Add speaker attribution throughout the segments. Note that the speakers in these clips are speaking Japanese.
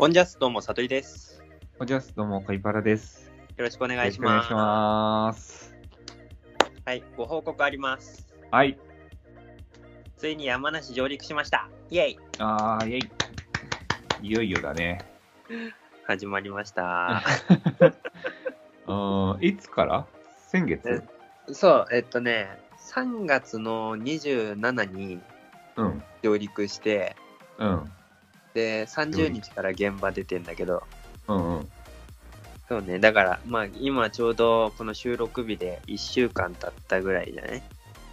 Speaker 1: オンジャスどうも、さとりです。
Speaker 2: おじゃす、どうも、カイパラです。
Speaker 1: よろしくお願
Speaker 2: よろ
Speaker 1: い
Speaker 2: し
Speaker 1: し
Speaker 2: くお願
Speaker 1: ま
Speaker 2: い
Speaker 1: す。
Speaker 2: します。
Speaker 1: はい、ご報告あります。
Speaker 2: はい。
Speaker 1: ついに山梨上陸しました。イェイ
Speaker 2: あー、イェイ。いよいよだね。
Speaker 1: 始まりました。
Speaker 2: うーん、いつから先月
Speaker 1: そう、えっとね、3月の27に
Speaker 2: うん、
Speaker 1: 上陸して、
Speaker 2: うん、
Speaker 1: で、30日から現場出てんだけど、
Speaker 2: うん、うん。
Speaker 1: そうね、だから、まあ、今ちょうどこの収録日で1週間経ったぐらいじゃない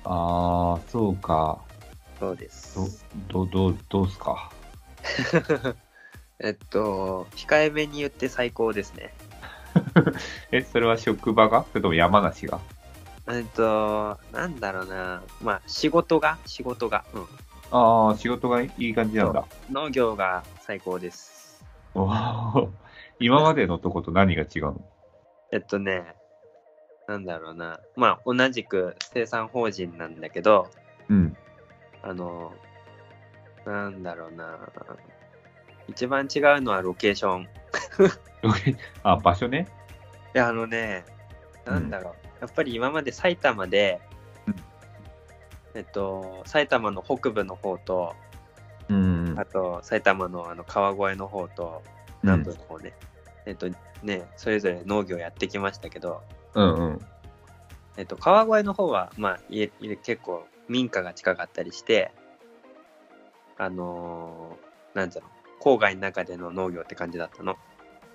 Speaker 2: あー、そうか。
Speaker 1: そうです。
Speaker 2: ど、ど、どう、どうすか。
Speaker 1: えっと、控えめに言って最高ですね。
Speaker 2: え、それは職場がそれとも山梨が
Speaker 1: えっと、なんだろうな、まあ、仕事が、仕事が、うん。
Speaker 2: あー、仕事がいい感じなんだ。
Speaker 1: 農業が最高です。
Speaker 2: おー今までのとこと何が違うの
Speaker 1: えっとね、なんだろうな。まあ、同じく生産法人なんだけど、
Speaker 2: うん。
Speaker 1: あの、なんだろうな。一番違うのはロケーション。い
Speaker 2: あ、場所ね。
Speaker 1: や、あのね、なんだろう。やっぱり今まで埼玉で
Speaker 2: うん、
Speaker 1: えっと、埼玉の北部の方と、
Speaker 2: うん。
Speaker 1: あと埼玉のあの川越の方と南部の方ね、えっとね、それぞれ農業やってきましたけど、
Speaker 2: うん、うん。
Speaker 1: えっと、川越の方は、まあ、家家結構民家が近かったりして、あのーなんつうの、郊外の中での農業って感じだったの。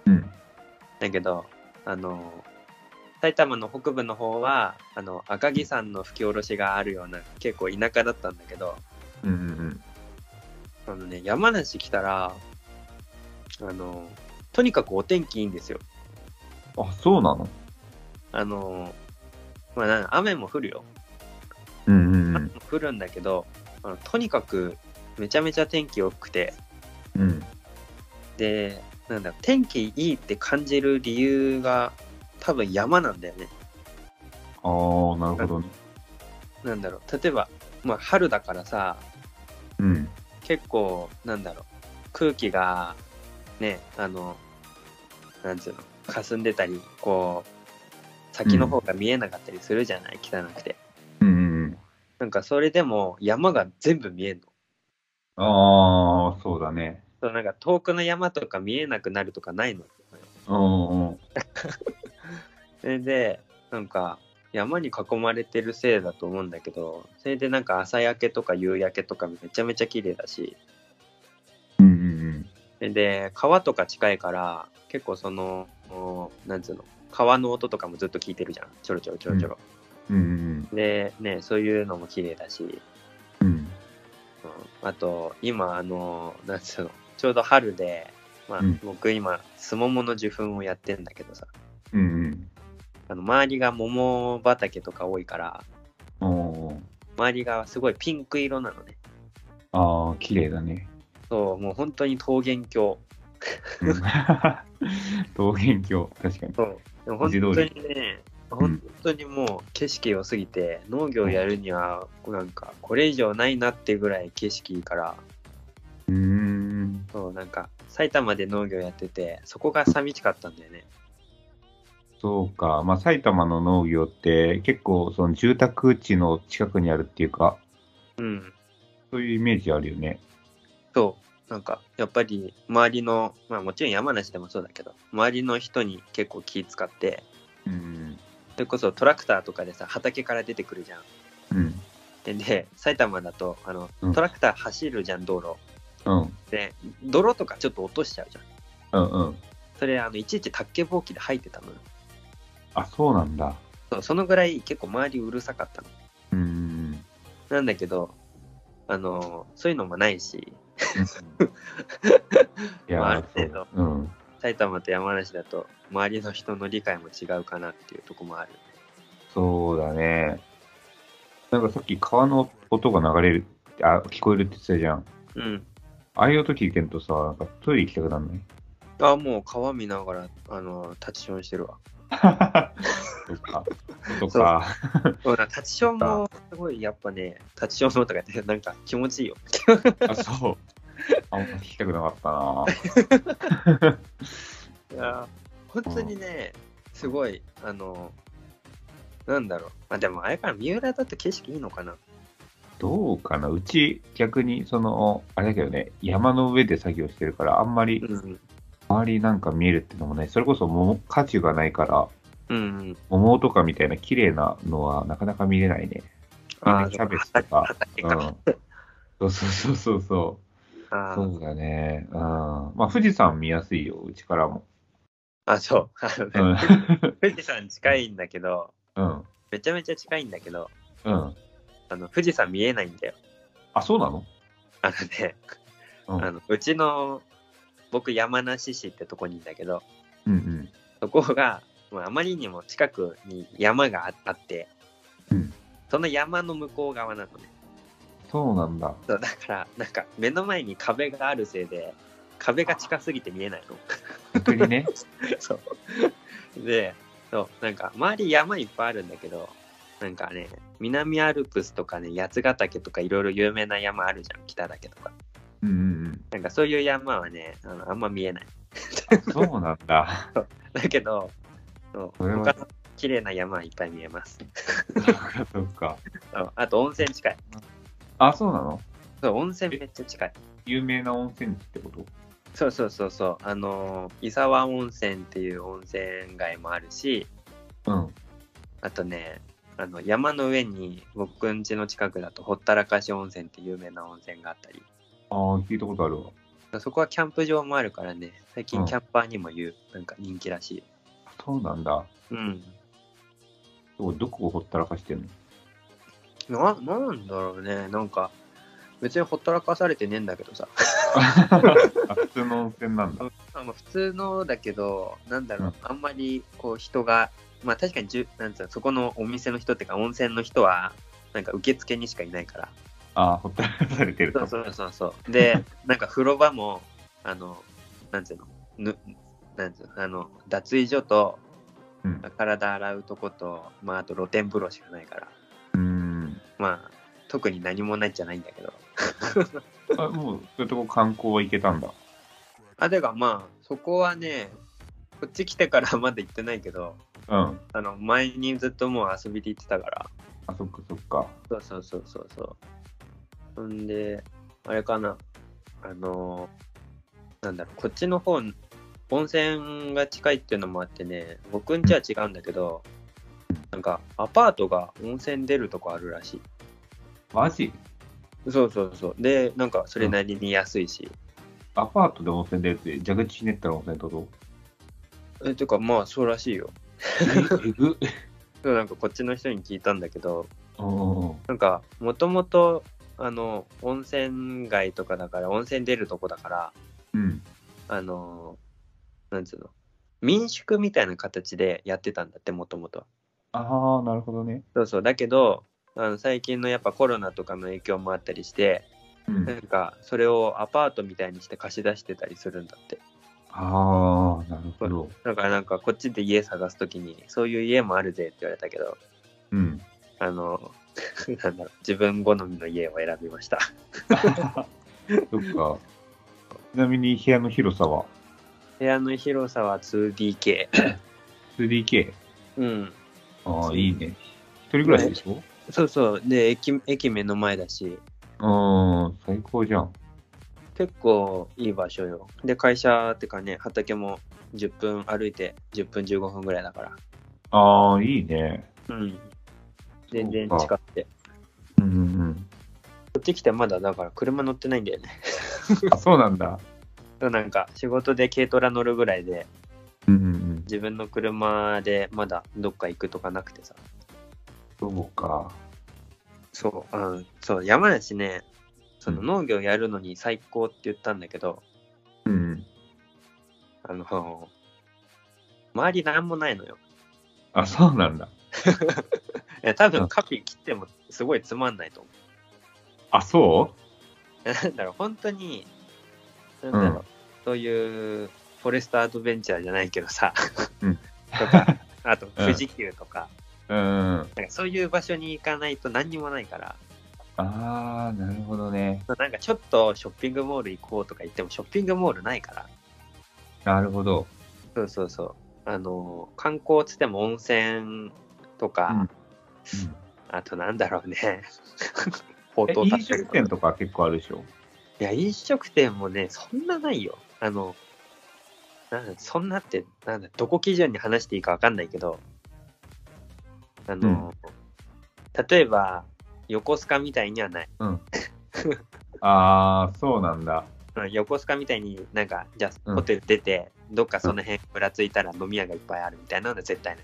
Speaker 2: うん。
Speaker 1: だけど、あのー埼玉の北部の方は、あの、赤城山の吹き下ろしがあるような、結構田舎だったんだけど、
Speaker 2: うん、うん。
Speaker 1: あのね、山梨来たら、あのーとにかくお天気いいんですよ。
Speaker 2: あ、そうなの
Speaker 1: あのーまあな、雨も降るよ。
Speaker 2: うん、うん、うん。
Speaker 1: 降るんだけど、あのとにかくめちゃめちゃ天気良くて、
Speaker 2: うん。
Speaker 1: で、なんだ、天気いいって感じる理由が多分山なんだよね。
Speaker 2: ああ、なるほどね。
Speaker 1: なんだろう、例えば、まあ春だからさ、
Speaker 2: うん。
Speaker 1: 結構、なんだろう、空気が、ね、あの、なんつうの、霞んでたり、こう、先の方が見えなかったりするじゃない、汚くて。
Speaker 2: うんうんうん。
Speaker 1: なんかそれでも山が全部見えんの。
Speaker 2: ああ、そうだね。
Speaker 1: そうなんか遠くの山とか見えなくなるとかないの。
Speaker 2: うんうん。
Speaker 1: それで、なんか、山に囲まれてるせいだと思うんだけど、それでなんか朝焼けとか夕焼けとかめちゃめちゃ綺麗だし、
Speaker 2: うんうん
Speaker 1: それで、川とか近いから、結構その、おなんつうの、川の音とかもずっと聞いてるじゃん。ちょろちょろちょろちょろ。
Speaker 2: うん。うん
Speaker 1: で、ね、そういうのも綺麗だし、うん、
Speaker 2: うんうん。
Speaker 1: あと、今、あの、なんつうの、ちょうど春で、まあ、
Speaker 2: うん
Speaker 1: 僕今、すももの受粉をやってんだけどさ、
Speaker 2: うん
Speaker 1: あの周りが桃畑とか多いから、
Speaker 2: うん。おー
Speaker 1: 周りがすごいピンク色なのね。
Speaker 2: ああ、綺麗だね。
Speaker 1: そう、もう本当に桃源郷。
Speaker 2: うん 桃源郷、確かに。
Speaker 1: そう。でも本
Speaker 2: 文
Speaker 1: 当
Speaker 2: 字
Speaker 1: にね、
Speaker 2: うん
Speaker 1: 本当にもう景色良すぎて、農業やるには、なんか、これ以上ないなってぐらい景色いいから、
Speaker 2: うーん。
Speaker 1: そう、なんか、埼玉で農業やってて、そこが寂しかったんだよね。
Speaker 2: そうか。まあ、埼玉の農業って結構、その住宅地の近くにあるっていうか、
Speaker 1: うん。
Speaker 2: そういうイメージあるよね。
Speaker 1: そう。なんか、やっぱり、周りの、まあもちろん山梨でもそうだけど、周りの人に結構気使って、
Speaker 2: うん
Speaker 1: それこそトラクターとかでさ、畑から出てくるじゃん。
Speaker 2: うん。うん。
Speaker 1: で、で 埼玉だと、あの
Speaker 2: う、ん
Speaker 1: トラクター走るじゃん、道路。
Speaker 2: うん。
Speaker 1: で泥とかちょっと落としちゃうじゃん
Speaker 2: うんうん。
Speaker 1: それあのいちいち竹ぼうきで吐いてたのよ
Speaker 2: あ、そうなんだ。
Speaker 1: そうそのぐらい結構周りうるさかったの
Speaker 2: うんうん
Speaker 1: なんだけどあのそういうのもないし
Speaker 2: うん。い
Speaker 1: まああ
Speaker 2: や
Speaker 1: る程度
Speaker 2: ー、そううん。
Speaker 1: 埼玉と山梨だと周りの人の理解も違うかなっていうとこもある
Speaker 2: そうだね。なんかさっき川の音が流れる、あ、聞こえるって言ってたじゃん。
Speaker 1: うん
Speaker 2: ああいう時行けんとさ、なんかトイレ行きたくなん ない。
Speaker 1: あもう川見ながらあの立ちションしてるわ
Speaker 2: そっか。そっか。
Speaker 1: そうだ立ちションもすごいやっぱね立ちションの音がねなんか気持ちいいよ
Speaker 2: あ、そう。あんま聞きたくなかったな
Speaker 1: 本当にね、すごい、あの、なんだろう。まあでも、あれから三浦だと景色いいのかな。
Speaker 2: どうかなうち、逆に、その、あれだけどね、山の上で作業してるから、あんまり
Speaker 1: うん。
Speaker 2: 周りなんか見えるってのもない。それこそ、もう、樹がないから、
Speaker 1: うん。
Speaker 2: 桃とかみたいな綺麗なのはなかなか見れないね。
Speaker 1: あ
Speaker 2: あ
Speaker 1: あ、
Speaker 2: キャベツとか。
Speaker 1: 畑
Speaker 2: うん
Speaker 1: か。、
Speaker 2: そうそうそうそうそ
Speaker 1: あ
Speaker 2: う。
Speaker 1: ー
Speaker 2: そうだね。うん。まあ、富士山見やすいよ、うちからも。
Speaker 1: あ、そう。あのね
Speaker 2: うん。
Speaker 1: 富士山近いんだけど、
Speaker 2: うん。
Speaker 1: めちゃめちゃ近いんだけど、
Speaker 2: うん。
Speaker 1: あの、富士山見えないんだよ。
Speaker 2: あ、そうなの
Speaker 1: あのね、
Speaker 2: うん
Speaker 1: あのうちの、僕、山梨市ってとこにいんだけど、
Speaker 2: うん
Speaker 1: そこが、まあ、あまりにも近くに山がああって、
Speaker 2: うん
Speaker 1: その山の向こう側なのね。
Speaker 2: うん。そうなんだ。
Speaker 1: そうだから、なんか目の前に壁があるせいで、壁が近すぎて見えないの。
Speaker 2: 逆に ね。
Speaker 1: そう。で、そう、なんか周り山いっぱいあるんだけど、なんかね、南アルプスとかね、八ヶ岳とかいろいろ有名な山あるじゃん、北岳とか。
Speaker 2: うんうん
Speaker 1: なんかそういう山はね、あのあんま見えない。
Speaker 2: うん。そうなんだ。
Speaker 1: だけど、そう
Speaker 2: それは
Speaker 1: 他の綺麗な山はいっぱい見えます。
Speaker 2: そっかそっか。
Speaker 1: そうあと温泉近い。
Speaker 2: あ、そうなの
Speaker 1: そう、温泉めっちゃ近い。
Speaker 2: 有名な温泉地ってこと
Speaker 1: そうそうそうそう。あのー、伊沢温泉っていう温泉街もあるし、
Speaker 2: うん。
Speaker 1: あとね、あの山の上に僕ん家の近くだとほったらかし温泉って有名な温泉があったり、
Speaker 2: ああ、聞いたことあるわ。
Speaker 1: そこはキャンプ場もあるからね、最
Speaker 2: う
Speaker 1: 近
Speaker 2: ん
Speaker 1: キャンパーにも言う、なんか人気らしい。
Speaker 2: そうなんだ。
Speaker 1: うん。
Speaker 2: そうどこをほったらかしてんの
Speaker 1: な、なんだろうね、なんか、別にほったらかされてねえんだけどさ。
Speaker 2: あ普通の温泉なんだ。
Speaker 1: あまあ普通のだけど、なんだろう、
Speaker 2: うん
Speaker 1: あんまりこう人が、まあ確かにじゅ、なんつうの、そこのお店の人っていうか、温泉の人は、なんか受付にしかいないから。
Speaker 2: ああ、ほったらかされてる
Speaker 1: そう
Speaker 2: と。
Speaker 1: そうそうそう。 で、なんか風呂場も、あの、なんつうの、ぬなんつうの、あの、脱衣所と、
Speaker 2: うん
Speaker 1: 体洗うとこと、まああと露天風呂しかないから、
Speaker 2: うーん。
Speaker 1: まあ、特に何もないじゃないんだけど。
Speaker 2: あ、もう、そういうとこ観光は行けたんだ。
Speaker 1: あ、てかまあ、そこはね、こっち来てからまだ行ってないけど、
Speaker 2: うん。
Speaker 1: あの、前にずっともう遊びで行ってたから、
Speaker 2: あ、そっかそっか。
Speaker 1: そうそうそうそうそう。ほんで、あれかな、あのーなんだろう、こっちの方、温泉が近いっていうのもあってね、僕ん家は違うんだけど、なんか、アパートが温泉出るとこあるらし
Speaker 2: マジ
Speaker 1: い。そうそうそう。で、なんか、それなりに安いし。
Speaker 2: アパートで温泉出るって、蛇口ひねったら温泉ってこ
Speaker 1: え、てか、まあ、そうらしいよ。
Speaker 2: とえぐ
Speaker 1: そう、なんか、こっちの人に聞いたんだけど、
Speaker 2: うんうんうん。
Speaker 1: なんか、もともと、あの、温泉街とかだから、温泉出るとこだから、
Speaker 2: うん。
Speaker 1: あのーなんつうの、民宿みたいな形でやってたんだって、もともとは。
Speaker 2: ああ、なるほどね。
Speaker 1: そうそう、だけど、あの最近のやっぱコロナとかの影響もあったりして、
Speaker 2: うん
Speaker 1: なんかそれをアパートみたいにして貸し出してたりするんだって。
Speaker 2: ああ、なるほど。
Speaker 1: だからなんかこっちで家探すときに、そういう家もあるぜって言われたけど、
Speaker 2: うん。
Speaker 1: あの、 なんだろう、自分好みの家を選びました。
Speaker 2: そっか。ちなみに部屋の広さは
Speaker 1: 部屋の広さは 2DK。
Speaker 2: 2DK。
Speaker 1: うん。
Speaker 2: ああ、いいね。一人暮らしでしょ
Speaker 1: そうそう。で、駅、駅目の前だし、
Speaker 2: うん、最高じゃん。
Speaker 1: 結構いい場所よ。で、会社ってかね、畑も10分歩いて10分15分ぐらいだから。
Speaker 2: ああ、いいね。
Speaker 1: うん。全然
Speaker 2: そう
Speaker 1: 近
Speaker 2: か
Speaker 1: くて。
Speaker 2: うんうん
Speaker 1: こっち来てまだだから車乗ってないんだよね。
Speaker 2: うん。あ、そうなんだ。
Speaker 1: なんか仕事で軽トラ乗るぐらいで、
Speaker 2: うんうんうん。
Speaker 1: 自分の車でまだどっか行くとかなくてさ。
Speaker 2: そうか。
Speaker 1: そう、うん、そう、山梨ね、その
Speaker 2: うん
Speaker 1: 農業やるのに最高って言ったんだけど、
Speaker 2: うん。
Speaker 1: あの、周りなんもないのよ。
Speaker 2: あ、そうなんだ。
Speaker 1: いや多
Speaker 2: う
Speaker 1: 分
Speaker 2: ん
Speaker 1: カピ切ってもすごいつまんないと思う。
Speaker 2: あ、そ
Speaker 1: なんだろう、本当に、なんだろう、
Speaker 2: うん
Speaker 1: そういうフォレストアドベンチャーじゃないけどさ、
Speaker 2: うん
Speaker 1: と か、あと
Speaker 2: うん
Speaker 1: 富士急とか、
Speaker 2: ううん。あ
Speaker 1: なんかそういう場所に行かないと何にもないから、
Speaker 2: あー、なるほどね。
Speaker 1: なんかちょっとショッピングモール行こうとか言っても、ショッピングモールないから、
Speaker 2: なるほど。
Speaker 1: そうそうそう。あの、観光つっても温泉とか、
Speaker 2: うんうん
Speaker 1: あとなんだろう ね。ほ
Speaker 2: え飲食店とか結構あるでしょ
Speaker 1: いや、飲食店もね、そんなないよ。あの、なんだそんなって、なんだ、どこ基準に話していいかわかんないけど、あの、例えば、横須賀みたいにはない。
Speaker 2: ああ、そうなんだ。
Speaker 1: うん横須賀みたいになんか、じゃ
Speaker 2: う
Speaker 1: あ
Speaker 2: ん
Speaker 1: ホテル出て、どっかその辺ぶらついたら飲み屋がいっぱいあるみたいなのは絶対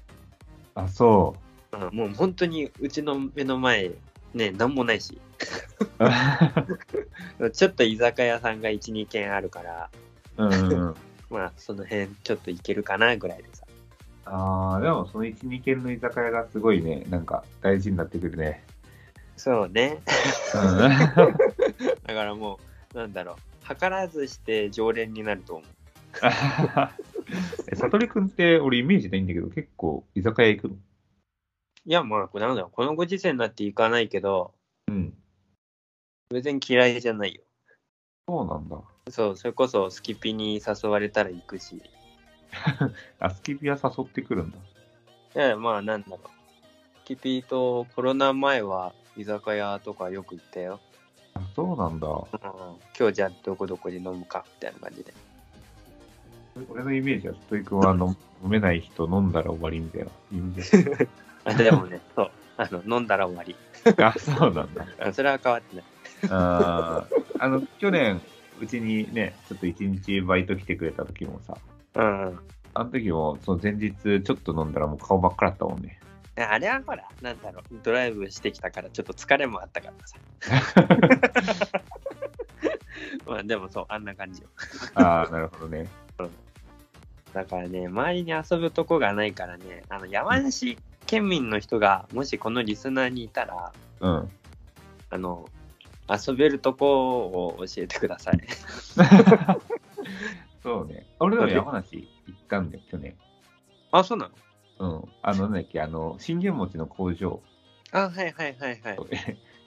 Speaker 2: あ、そ
Speaker 1: ない。うん、もう本当にうちの目の前、ね、なんもないし、
Speaker 2: う。
Speaker 1: ちょっと居酒屋さんが1、2軒あるから、
Speaker 2: うん。
Speaker 1: まあその辺ちょっと行けるかなぐらいでさ。
Speaker 2: ああ、でもその1、2軒の居酒屋がすごいね、なんか大事になってくるね。
Speaker 1: そうね。
Speaker 2: うん。
Speaker 1: だからもう、なんだろう、図らずして常連になると思う。
Speaker 2: え悟りくんって俺イメージないんだけど、結構居酒屋行くの
Speaker 1: いや、まあ、なんだろう、このご時世になっていかないけど、
Speaker 2: うん。
Speaker 1: 別に嫌いじゃないよ。
Speaker 2: そうなんだ。
Speaker 1: そう、それこそスキピに誘われたら行くし、い
Speaker 2: あ、スキビは誘ってくるんだ。
Speaker 1: や、まあ、なんだろう、スキピとコロナ前は居酒屋とかよく行ったよ。
Speaker 2: あ、そうなんだ。
Speaker 1: うん、今日じゃあどこどこで飲むかみたいな感じで。
Speaker 2: 俺のイメージは、悟りくんは飲飲めない人飲んだら終わりみたいなイメージだっ
Speaker 1: あでもね、そう、あの飲んだら終わり。
Speaker 2: た。あ、そうなんだ。
Speaker 1: あそれは変わってない。
Speaker 2: あーあの、去年、うちにね、ちょっと一日バイト来てくれた時もさ、
Speaker 1: うん。
Speaker 2: あの時も、その前日、ちょっと飲んだらもう顔ばっかだったもんね。
Speaker 1: あれはほら、なんだろう、ドライブしてきたから、ちょっと疲れもあったからさ。 まあでもそう、あんな感じよ。
Speaker 2: ああ、なるほどね。
Speaker 1: だからね、周りに遊ぶとこがないからね、あの山梨県民の人が、もしこのリスナーにいたら、
Speaker 2: うん。
Speaker 1: あの、遊べるとこを教えてください。
Speaker 2: そうね。俺でも山梨行ったんだよ、去年。
Speaker 1: あ、そうなの
Speaker 2: うん。あの、なんだっけ、あの、信玄餅の工場。
Speaker 1: あ、はいはいはいはい。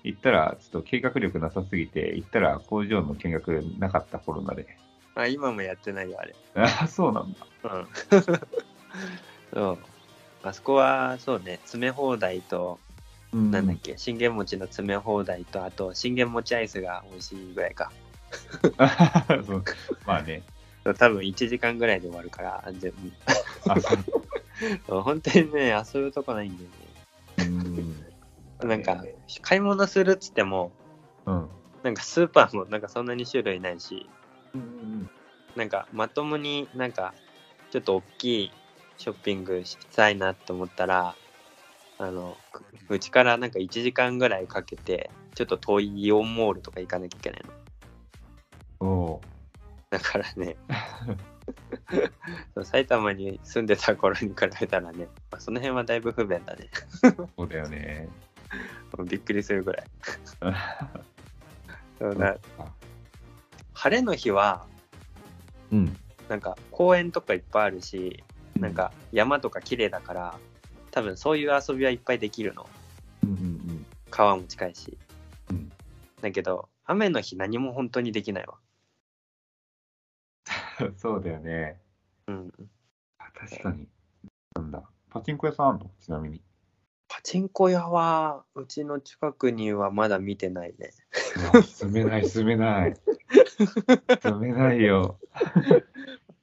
Speaker 2: 行ったら、ちょっと計画力なさすぎて、行ったら工場の見学なかったコロナで。
Speaker 1: あ今もやってないよ、あれ。
Speaker 2: ああ、そうなんだ。
Speaker 1: うん。 そう。あそこは、そうね、詰め放題と、
Speaker 2: うん
Speaker 1: なんだっけ、信玄餅の詰め放題と、あと、信玄餅アイスが美味しいぐらいか。
Speaker 2: そうまあね。
Speaker 1: 多分1時間ぐらいで終わるから、あ全部。
Speaker 2: あそう
Speaker 1: 本当にね、遊ぶとこないんだよ
Speaker 2: うん。
Speaker 1: ね。なんか、買い物するっつっても、
Speaker 2: うん。
Speaker 1: なんかスーパーもなんかそんなに種類ないし、
Speaker 2: うん。
Speaker 1: なんかまともになんか、ちょっと大きいショッピングしたいなと思ったら、あの、くうちからなんか1時間ぐらいかけて、ちょっと遠いイオンモールとか行かなきゃいけないの。
Speaker 2: おう
Speaker 1: だからね、 そう埼玉に住んでた頃に比べたらね、まあその辺はだいぶ不便だね。
Speaker 2: そうだよね。
Speaker 1: びっくりするぐらい。そう
Speaker 2: うん
Speaker 1: な晴れの日は、
Speaker 2: うん。
Speaker 1: なんか公園とかいっぱいあるし、なんか山とか綺麗だから、多分そういう遊びはいっぱいできるの。
Speaker 2: うんうん
Speaker 1: 川も近いし。
Speaker 2: うん。うん。
Speaker 1: だけど、雨の日何も本当にできないわ。
Speaker 2: そうだよね。
Speaker 1: うん。
Speaker 2: あ確かに。なんだ。パチンコ屋さんあるのちなみに。
Speaker 1: パチンコ屋は、うちの近くにはまだ見てないね。
Speaker 2: 住めない、住め ない。住めないよ。
Speaker 1: パ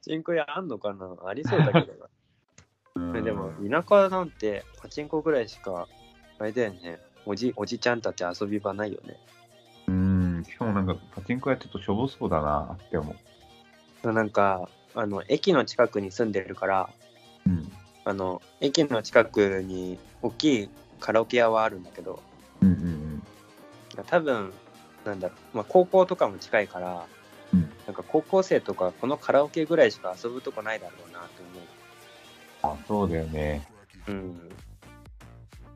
Speaker 1: チンコ屋あんのかなありそうだけどな。
Speaker 2: うん
Speaker 1: でも、田舎なんてパチンコぐらいしかあれだよねおじおじちゃんたち遊び場ないよね
Speaker 2: うん。しかもなんか、パチンコ屋ちょっとしょぼそうだなって思う。
Speaker 1: なんかあの駅の近くに住んでるから
Speaker 2: うん。
Speaker 1: あの駅の近くに大きいカラオケ屋はあるんだけど
Speaker 2: うんうん
Speaker 1: 多分なんだろう、まあ、高校とかも近いから、
Speaker 2: うん
Speaker 1: なんか高校生とかこのカラオケぐらいしか遊ぶとこないだろうなと
Speaker 2: うん。あ、そうだよね。
Speaker 1: 思ううん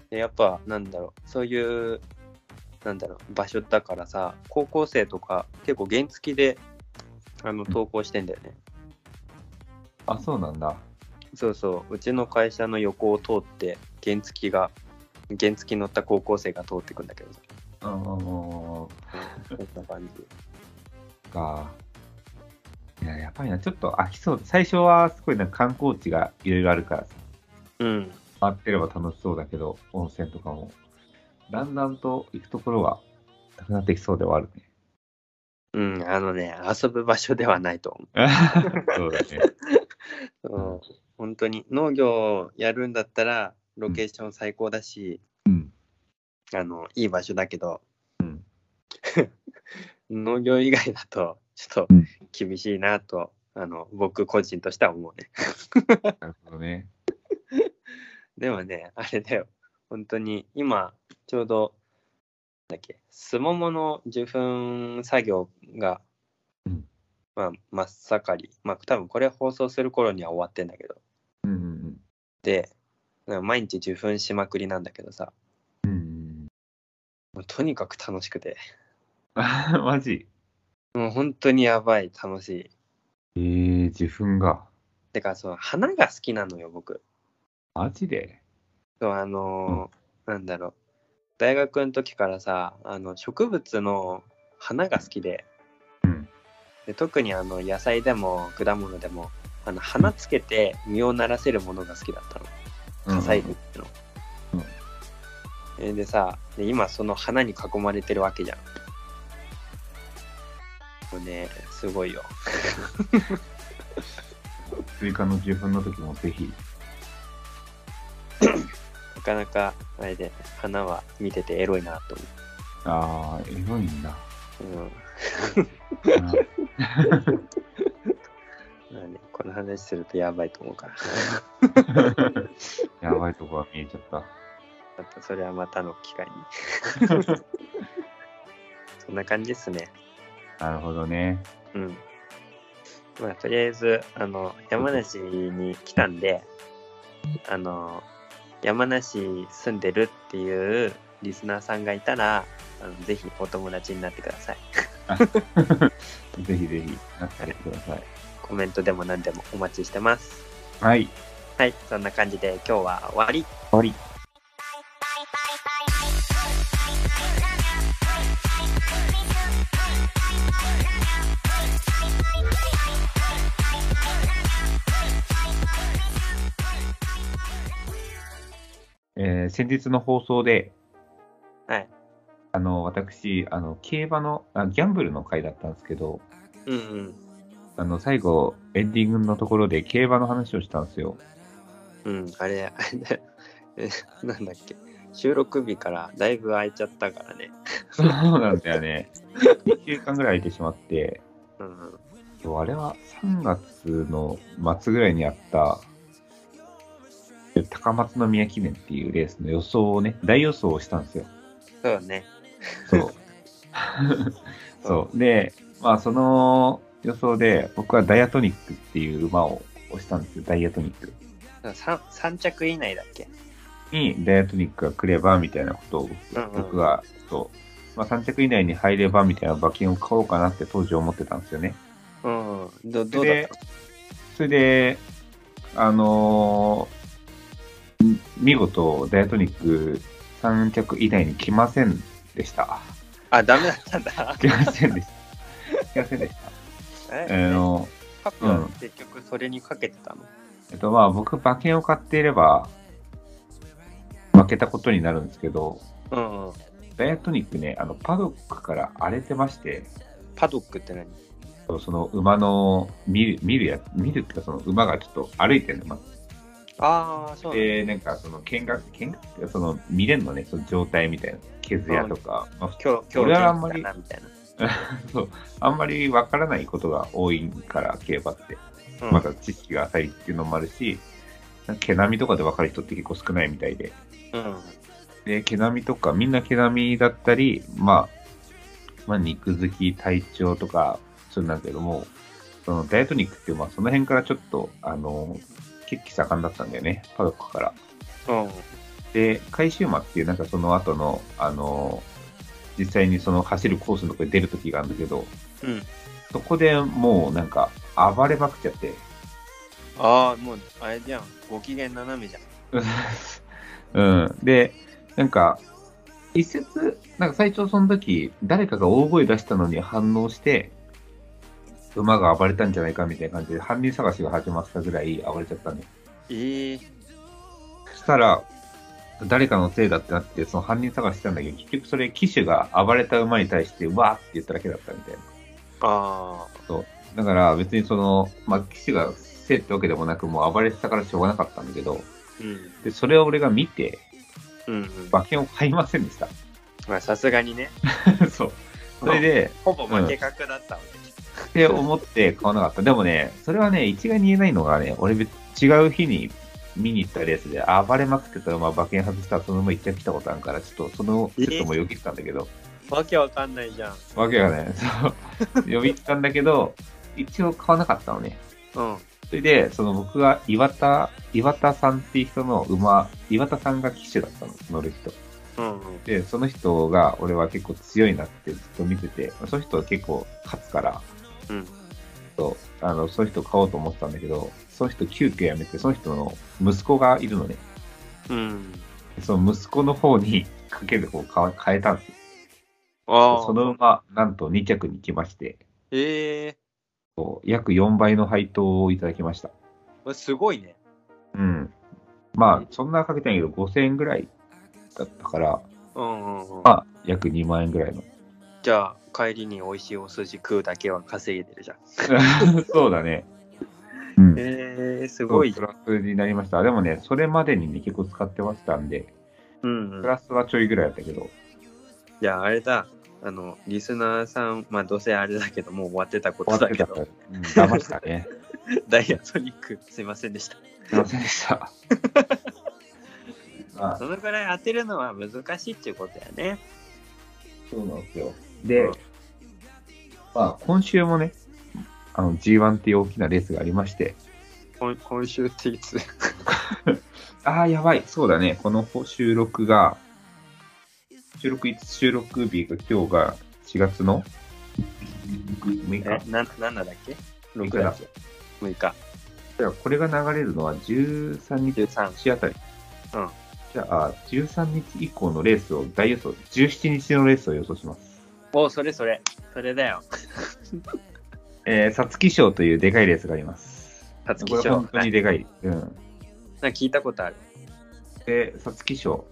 Speaker 1: でやっぱなんだろうそういうなんだろう場所だからさ高校生とか結構原付きであの投稿してんだよね、
Speaker 2: あ、そうなんだ。
Speaker 1: そうそううちの会社の横を通って原付きが原付き乗った高校生が通ってくんだけどさ
Speaker 2: ああ、
Speaker 1: そんな感じ
Speaker 2: か。いや、やばいな。ちょっと飽きそう。最初はすごいなんか観光地がいろいろあるからさ、
Speaker 1: うん。
Speaker 2: 回ってれば楽しそうだけど、温泉とかも。だんだんと行くところはなくなってきそうではあるね。
Speaker 1: うん、あのね、遊ぶ場所ではないと思う。
Speaker 2: そうだね。
Speaker 1: うん、本当に農業をやるんだったらロケーション最高だし、
Speaker 2: うん。
Speaker 1: あのいい場所だけど、
Speaker 2: うん、
Speaker 1: 農業以外だとちょっと
Speaker 2: うん
Speaker 1: 厳しいなと、あの僕個人としては思うね。
Speaker 2: なるほどね。
Speaker 1: でもねあれだよ本当に今ちょうどなんだっけすももの受粉作業が、
Speaker 2: うん
Speaker 1: まあ、真っ盛りまあ多分これ放送する頃には終わってんだけど
Speaker 2: うんうん
Speaker 1: で毎日受粉しまくりなんだけどさ
Speaker 2: うん。うんうん
Speaker 1: もうとにかく楽しくて
Speaker 2: うん。 マジ
Speaker 1: もう本当にやばい楽しい
Speaker 2: えー、受粉が。
Speaker 1: てかその花が好きなのよ僕
Speaker 2: マジで
Speaker 1: そうあのーなんだろう大学の時からさあの植物の花が好きで
Speaker 2: うん。
Speaker 1: で特にあの野菜でも果物でもあの花つけて実をならせるものが好きだったの火砕類っての
Speaker 2: うん、
Speaker 1: えでさで今その花に囲まれてるわけじゃんもうねすごいよ
Speaker 2: 追加の受粉の時もぜひ。
Speaker 1: なかなかあれで花は見ててエロいなと思
Speaker 2: ああ、エロい んだ。
Speaker 1: う、うんまあね、この話するとやばいと思うから。
Speaker 2: やばいとこが見えちゃった。
Speaker 1: あとそれはまたの機会に。そんな感じですね。
Speaker 2: なるほどね。
Speaker 1: うん。まあ、とりあえず、あの、山梨に来たんで、あの、山梨住んでるっていうリスナーさんがいたら、あのぜひお友達になってください。
Speaker 2: ぜひぜひ、なってあげてください。
Speaker 1: コメントでも何でもお待ちしてます。
Speaker 2: はい、終
Speaker 1: はい、そんな感じで今日は終わり。
Speaker 2: わり。えー先日の放送で、
Speaker 1: はい。
Speaker 2: あの、私、あの、競馬のあ、ギャンブルの回だったんですけど、
Speaker 1: うんうん。
Speaker 2: あの、最後、エンディングのところで競馬の話をしたんですよ。
Speaker 1: うん、あれ、あれだよえなんだっけ、収録日からだいぶ空いちゃったからね。
Speaker 2: そうなんだよね。1週間ぐらい空いてしまって、
Speaker 1: うん、
Speaker 2: そうあれは3月の末ぐらいにあった、え高松宮記念っていうレースの予想をね、大予想をしたんですよ。
Speaker 1: そうね。
Speaker 2: そう。そう。で、まあその予想で、僕はダイアトニックっていう馬を押したんですよ、ダイアトニック。
Speaker 1: 3, 3着以内だっけ
Speaker 2: にダイアトニックが来ればみたいなことを
Speaker 1: うんうん
Speaker 2: 僕が、そう、まあ3着以内に入ればみたいな馬券を買おうかなって当時思ってたんですよね。
Speaker 1: うん、どど
Speaker 2: そう
Speaker 1: だっ
Speaker 2: れで、それで、あのーん見事、ダイアトニック3着以内に来ませんでした。
Speaker 1: たあ、ダメだったん だ。
Speaker 2: 来ませんでした。来ません でした。
Speaker 1: え
Speaker 2: あの、
Speaker 1: カップは結局それにかけてたの、
Speaker 2: えっと、まあ、僕、馬券を買っていれば、負けたことになるんですけど、
Speaker 1: うん、うん。
Speaker 2: ダイアトニックね、あの、パドックから荒れてまして、
Speaker 1: パドックって何
Speaker 2: その馬の見る、見るや、見るっていうか、その馬がちょっと歩いてるの、ま
Speaker 1: ああ、そうね。
Speaker 2: で、なんかその見学、見学っていうかその見れんのね、その状態みたいな、傷やとか、まあ、
Speaker 1: 今日、今日
Speaker 2: 俺はあんま
Speaker 1: 元
Speaker 2: り
Speaker 1: 気だなみたいな。
Speaker 2: そうあんまりわからないことが多いから、競馬って。
Speaker 1: うん、
Speaker 2: まだ知識が浅いっていうのもあるし、なんか毛並みとかでわかる人って結構少ないみたいで。
Speaker 1: うん。
Speaker 2: で、毛並みとか、みんな毛並みだったり、まあ、まあ、肉付き、体調とか、そうなんだけども、そのダイエット肉っていうのは、その辺からちょっと、あの、血気盛んだったんだよね、パドックから。
Speaker 1: うん。
Speaker 2: で、回収馬っていう、なんかその後の、あの、実際にその走るコースのとこに出る時があるんだけど、
Speaker 1: うん。
Speaker 2: そこでもうなんか暴れまくっちゃって、
Speaker 1: ああ、もう、あれじゃん。ご機嫌斜めじゃん。
Speaker 2: うん。で、なんか、一説、なんか最初その時、誰かが大声出したのに反応して、馬が暴れたんじゃないかみたいな感じで犯人探しが始まったぐらい暴れちゃったね。
Speaker 1: ええ
Speaker 2: そしたら、誰かのせいだってなって、その犯人探ししたんだけど、結局それ騎手が暴れた馬に対して、うわーって言っただけだったみたいな。
Speaker 1: あ
Speaker 2: だから別にその、まあ、騎手がせいってわけでもなく、もう暴れてたからしょうがなかったんだけど、
Speaker 1: あ、うん。
Speaker 2: で、それを俺が見て、
Speaker 1: うん、うん。
Speaker 2: 馬券を買いませんでした。
Speaker 1: まあ、さすがにね、
Speaker 2: そう。それで、
Speaker 1: ほぼ負け格だったわけです。
Speaker 2: って思って買わなかった。でもね、それはね、一概に言えないのがね、俺別違う日に見に行ったレースで暴れまくってた馬、馬券外したらそのまま一着来たことあるから、ちょっとそのセットもよぎったんだけど、
Speaker 1: わけわかんないじゃん。
Speaker 2: わけがね、そう、よぎったんだけど、一応買わなかったのね。
Speaker 1: うん。
Speaker 2: それで、その僕が岩田、岩田さんっていう人の馬、岩田さんが騎手だったの、乗る人。
Speaker 1: うん、うん。
Speaker 2: で、その人が俺は結構強いなってずっと見てて、その人は結構勝つから、
Speaker 1: うん。
Speaker 2: と、あの、その人買おうと思ってたんだけど、その人急遽辞めて、その人の息子がいるのね。
Speaker 1: うん。
Speaker 2: その息子の方に かける方をか変えたんですよ。
Speaker 1: ああ。
Speaker 2: その馬、なんと2着に来まして、
Speaker 1: ええ
Speaker 2: こう約4倍の配当をいただきました。
Speaker 1: すごいね。
Speaker 2: うん。まあ、そんなかけてないけど、5000円ぐらいだったから、
Speaker 1: うんうんうん。
Speaker 2: まあ、約2万円ぐら いの。
Speaker 1: じゃあ、帰りに美味しいお寿司食うだけは稼げてるじゃん。
Speaker 2: そうだね。うん。
Speaker 1: ええす
Speaker 2: す
Speaker 1: ごい
Speaker 2: プ。ラスになりました。でもね、それまでにね、結構使ってましたんで、
Speaker 1: うん、
Speaker 2: プ
Speaker 1: うん。
Speaker 2: ラスはちょいぐらいだったけど、
Speaker 1: じゃあ、あれだ。あの、リスナーさん、まあ、どうせあれだけど、もう終わってたこと
Speaker 2: 終わ
Speaker 1: だ
Speaker 2: って
Speaker 1: け
Speaker 2: たか
Speaker 1: ど
Speaker 2: ら、、うん騙したね。
Speaker 1: ダイヤソニック、すいませんでした。
Speaker 2: すいませんでした。 まあ、
Speaker 1: そのぐらい当てるのは難しいっていうことやね。
Speaker 2: そうなんですよ。で、まあ、今週もね、あの G1 っていう大きなレースがありまして、
Speaker 1: 今今週っていつ
Speaker 2: ああ、やばい、そうだね、この収録が、収録いつ収録日が今日が4月の
Speaker 1: え
Speaker 2: 6日
Speaker 1: な ?7 だっけ ?6
Speaker 2: 6
Speaker 1: だ
Speaker 2: だ。。
Speaker 1: 6日。
Speaker 2: だからこれが流れるのは13日
Speaker 1: 13。
Speaker 2: あたり。
Speaker 1: うん。
Speaker 2: じゃあ、13日以降のレースを大予想、17日のレースを予想します。
Speaker 1: おそれそれ。それだよ。
Speaker 2: えー、皐月賞というでかいレースがあります。
Speaker 1: 皐
Speaker 2: こ
Speaker 1: 月
Speaker 2: れ
Speaker 1: 賞。
Speaker 2: は本当にでかい。うん。
Speaker 1: なんか聞いたことある。
Speaker 2: で、皐月賞、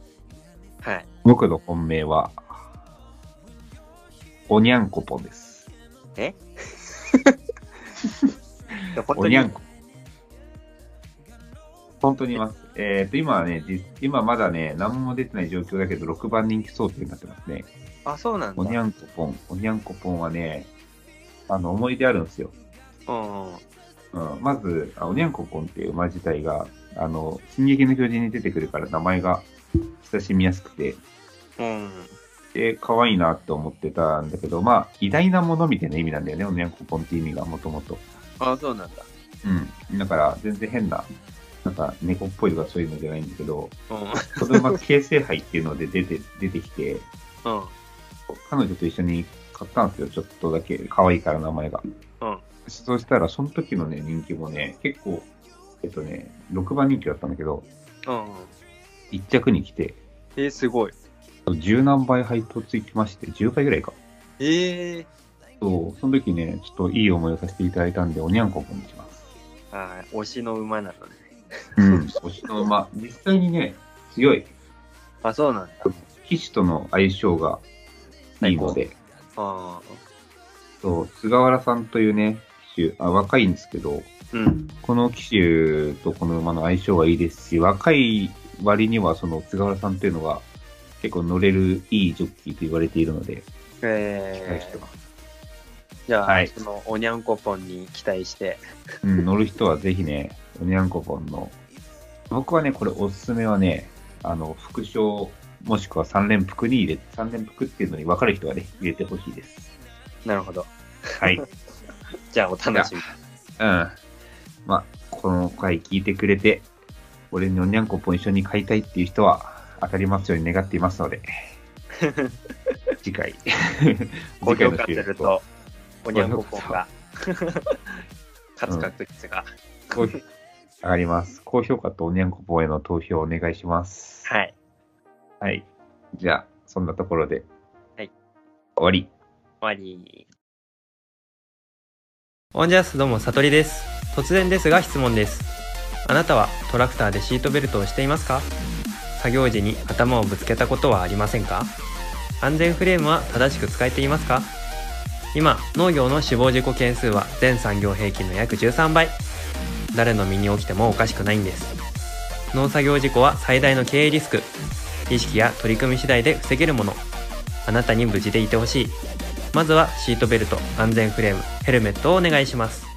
Speaker 1: はい。
Speaker 2: 僕の本命は、おにゃんこぽんです。
Speaker 1: 本
Speaker 2: おにゃんこ。本当にいます。えっと、今はね、じ今まだね、何も出てない状況だけど、6番人気相当になってますね。
Speaker 1: あ、そうなんだ。
Speaker 2: おにゃんこぽん、おにゃんこぽんはね、あの、思い出あるんですよ。
Speaker 1: うんうん。
Speaker 2: うん、まず、あおにゃんこぽんっていう馬自体が、あの、進撃の巨人に出てくるから名前が親しみやすくて、
Speaker 1: うん。
Speaker 2: で、可愛いなって思ってたんだけど、まあ、偉大なものみたいな意味なんだよね、おにゃんこぽんって意味がもともと。
Speaker 1: あ、そうなんだ。
Speaker 2: うん。だから、全然変な、なんか猫っぽいとかそういうのじゃないんだけど、
Speaker 1: う
Speaker 2: そのま形成杯っていうので出て、出てきて、
Speaker 1: ん。うん。
Speaker 2: 彼女と一緒に買ったんですよ、ちょっとだけ。可愛いから名前が。
Speaker 1: うん。
Speaker 2: そうしたら、その時のね、人気もね、結構、えっとね、6番人気だったんだけど、
Speaker 1: うん。
Speaker 2: 1着に来て、
Speaker 1: えー、すごい。
Speaker 2: 十何倍配当ついてまして、10倍ぐらいか。
Speaker 1: ええ
Speaker 2: そう、その時ね、ちょっといい思いをさせていただいたんで、おにゃんこぽんにします。
Speaker 1: あー推しの馬なのね。
Speaker 2: うん、推しの馬。実際にね、強い。
Speaker 1: あ、そうなんだ。
Speaker 2: 騎手との相性がいいので、
Speaker 1: あ
Speaker 2: そう、菅原さんというね、騎手、あ若いんですけど、
Speaker 1: ーうん。
Speaker 2: この騎手とこの馬の相性がいいですし、若い割にはその菅原さんというのが結構乗れるいいジョッキーと言われているので、期待
Speaker 1: え
Speaker 2: して
Speaker 1: ー、
Speaker 2: ます。
Speaker 1: じゃあ、
Speaker 2: はい
Speaker 1: そのおにゃんこぽんに期待して。
Speaker 2: うん、乗る人はぜひね、おにゃんこぽんの、僕はね、これおすすめはね、あの、副賞、もしくは三連服に入れ、三連服っていうのに分かる人はね、入れてほしいです。
Speaker 1: なるほど。
Speaker 2: はい。うん。
Speaker 1: じゃあ、お楽しみ。
Speaker 2: まあ、この回聞いてくれて、俺におにゃんこぽん一緒に買いたいっていう人は、当たりますように願っています ので、次回、
Speaker 1: 高
Speaker 2: 次
Speaker 1: 評
Speaker 2: 回
Speaker 1: 価す
Speaker 2: の収
Speaker 1: る
Speaker 2: 録を
Speaker 1: と、おにゃんこぽん が、カツカツ率が、
Speaker 2: 高評上がります。高評価とおにゃんこぽんへの投票をお願いします。
Speaker 1: はい。
Speaker 2: はい。じゃあ、そんなところで。
Speaker 1: はい。
Speaker 2: 終わり。
Speaker 1: 終わり。オンジャースどうも、さとりです。突然ですが質問です。あなたはトラクターでシートベルトをしていますか作業時に頭をぶつけたことはありませんか安全フレームは正しく使えていますか今、農業の死亡事故件数は全産業平均の約13倍。誰の身に起きてもおかしくないんです。農作業事故は最大の経営リスク。意識や取り組み次第で防げるもの。あなたに無事でいてほしい。まずはシートベルト、安全フレーム、ヘルメットをお願いします。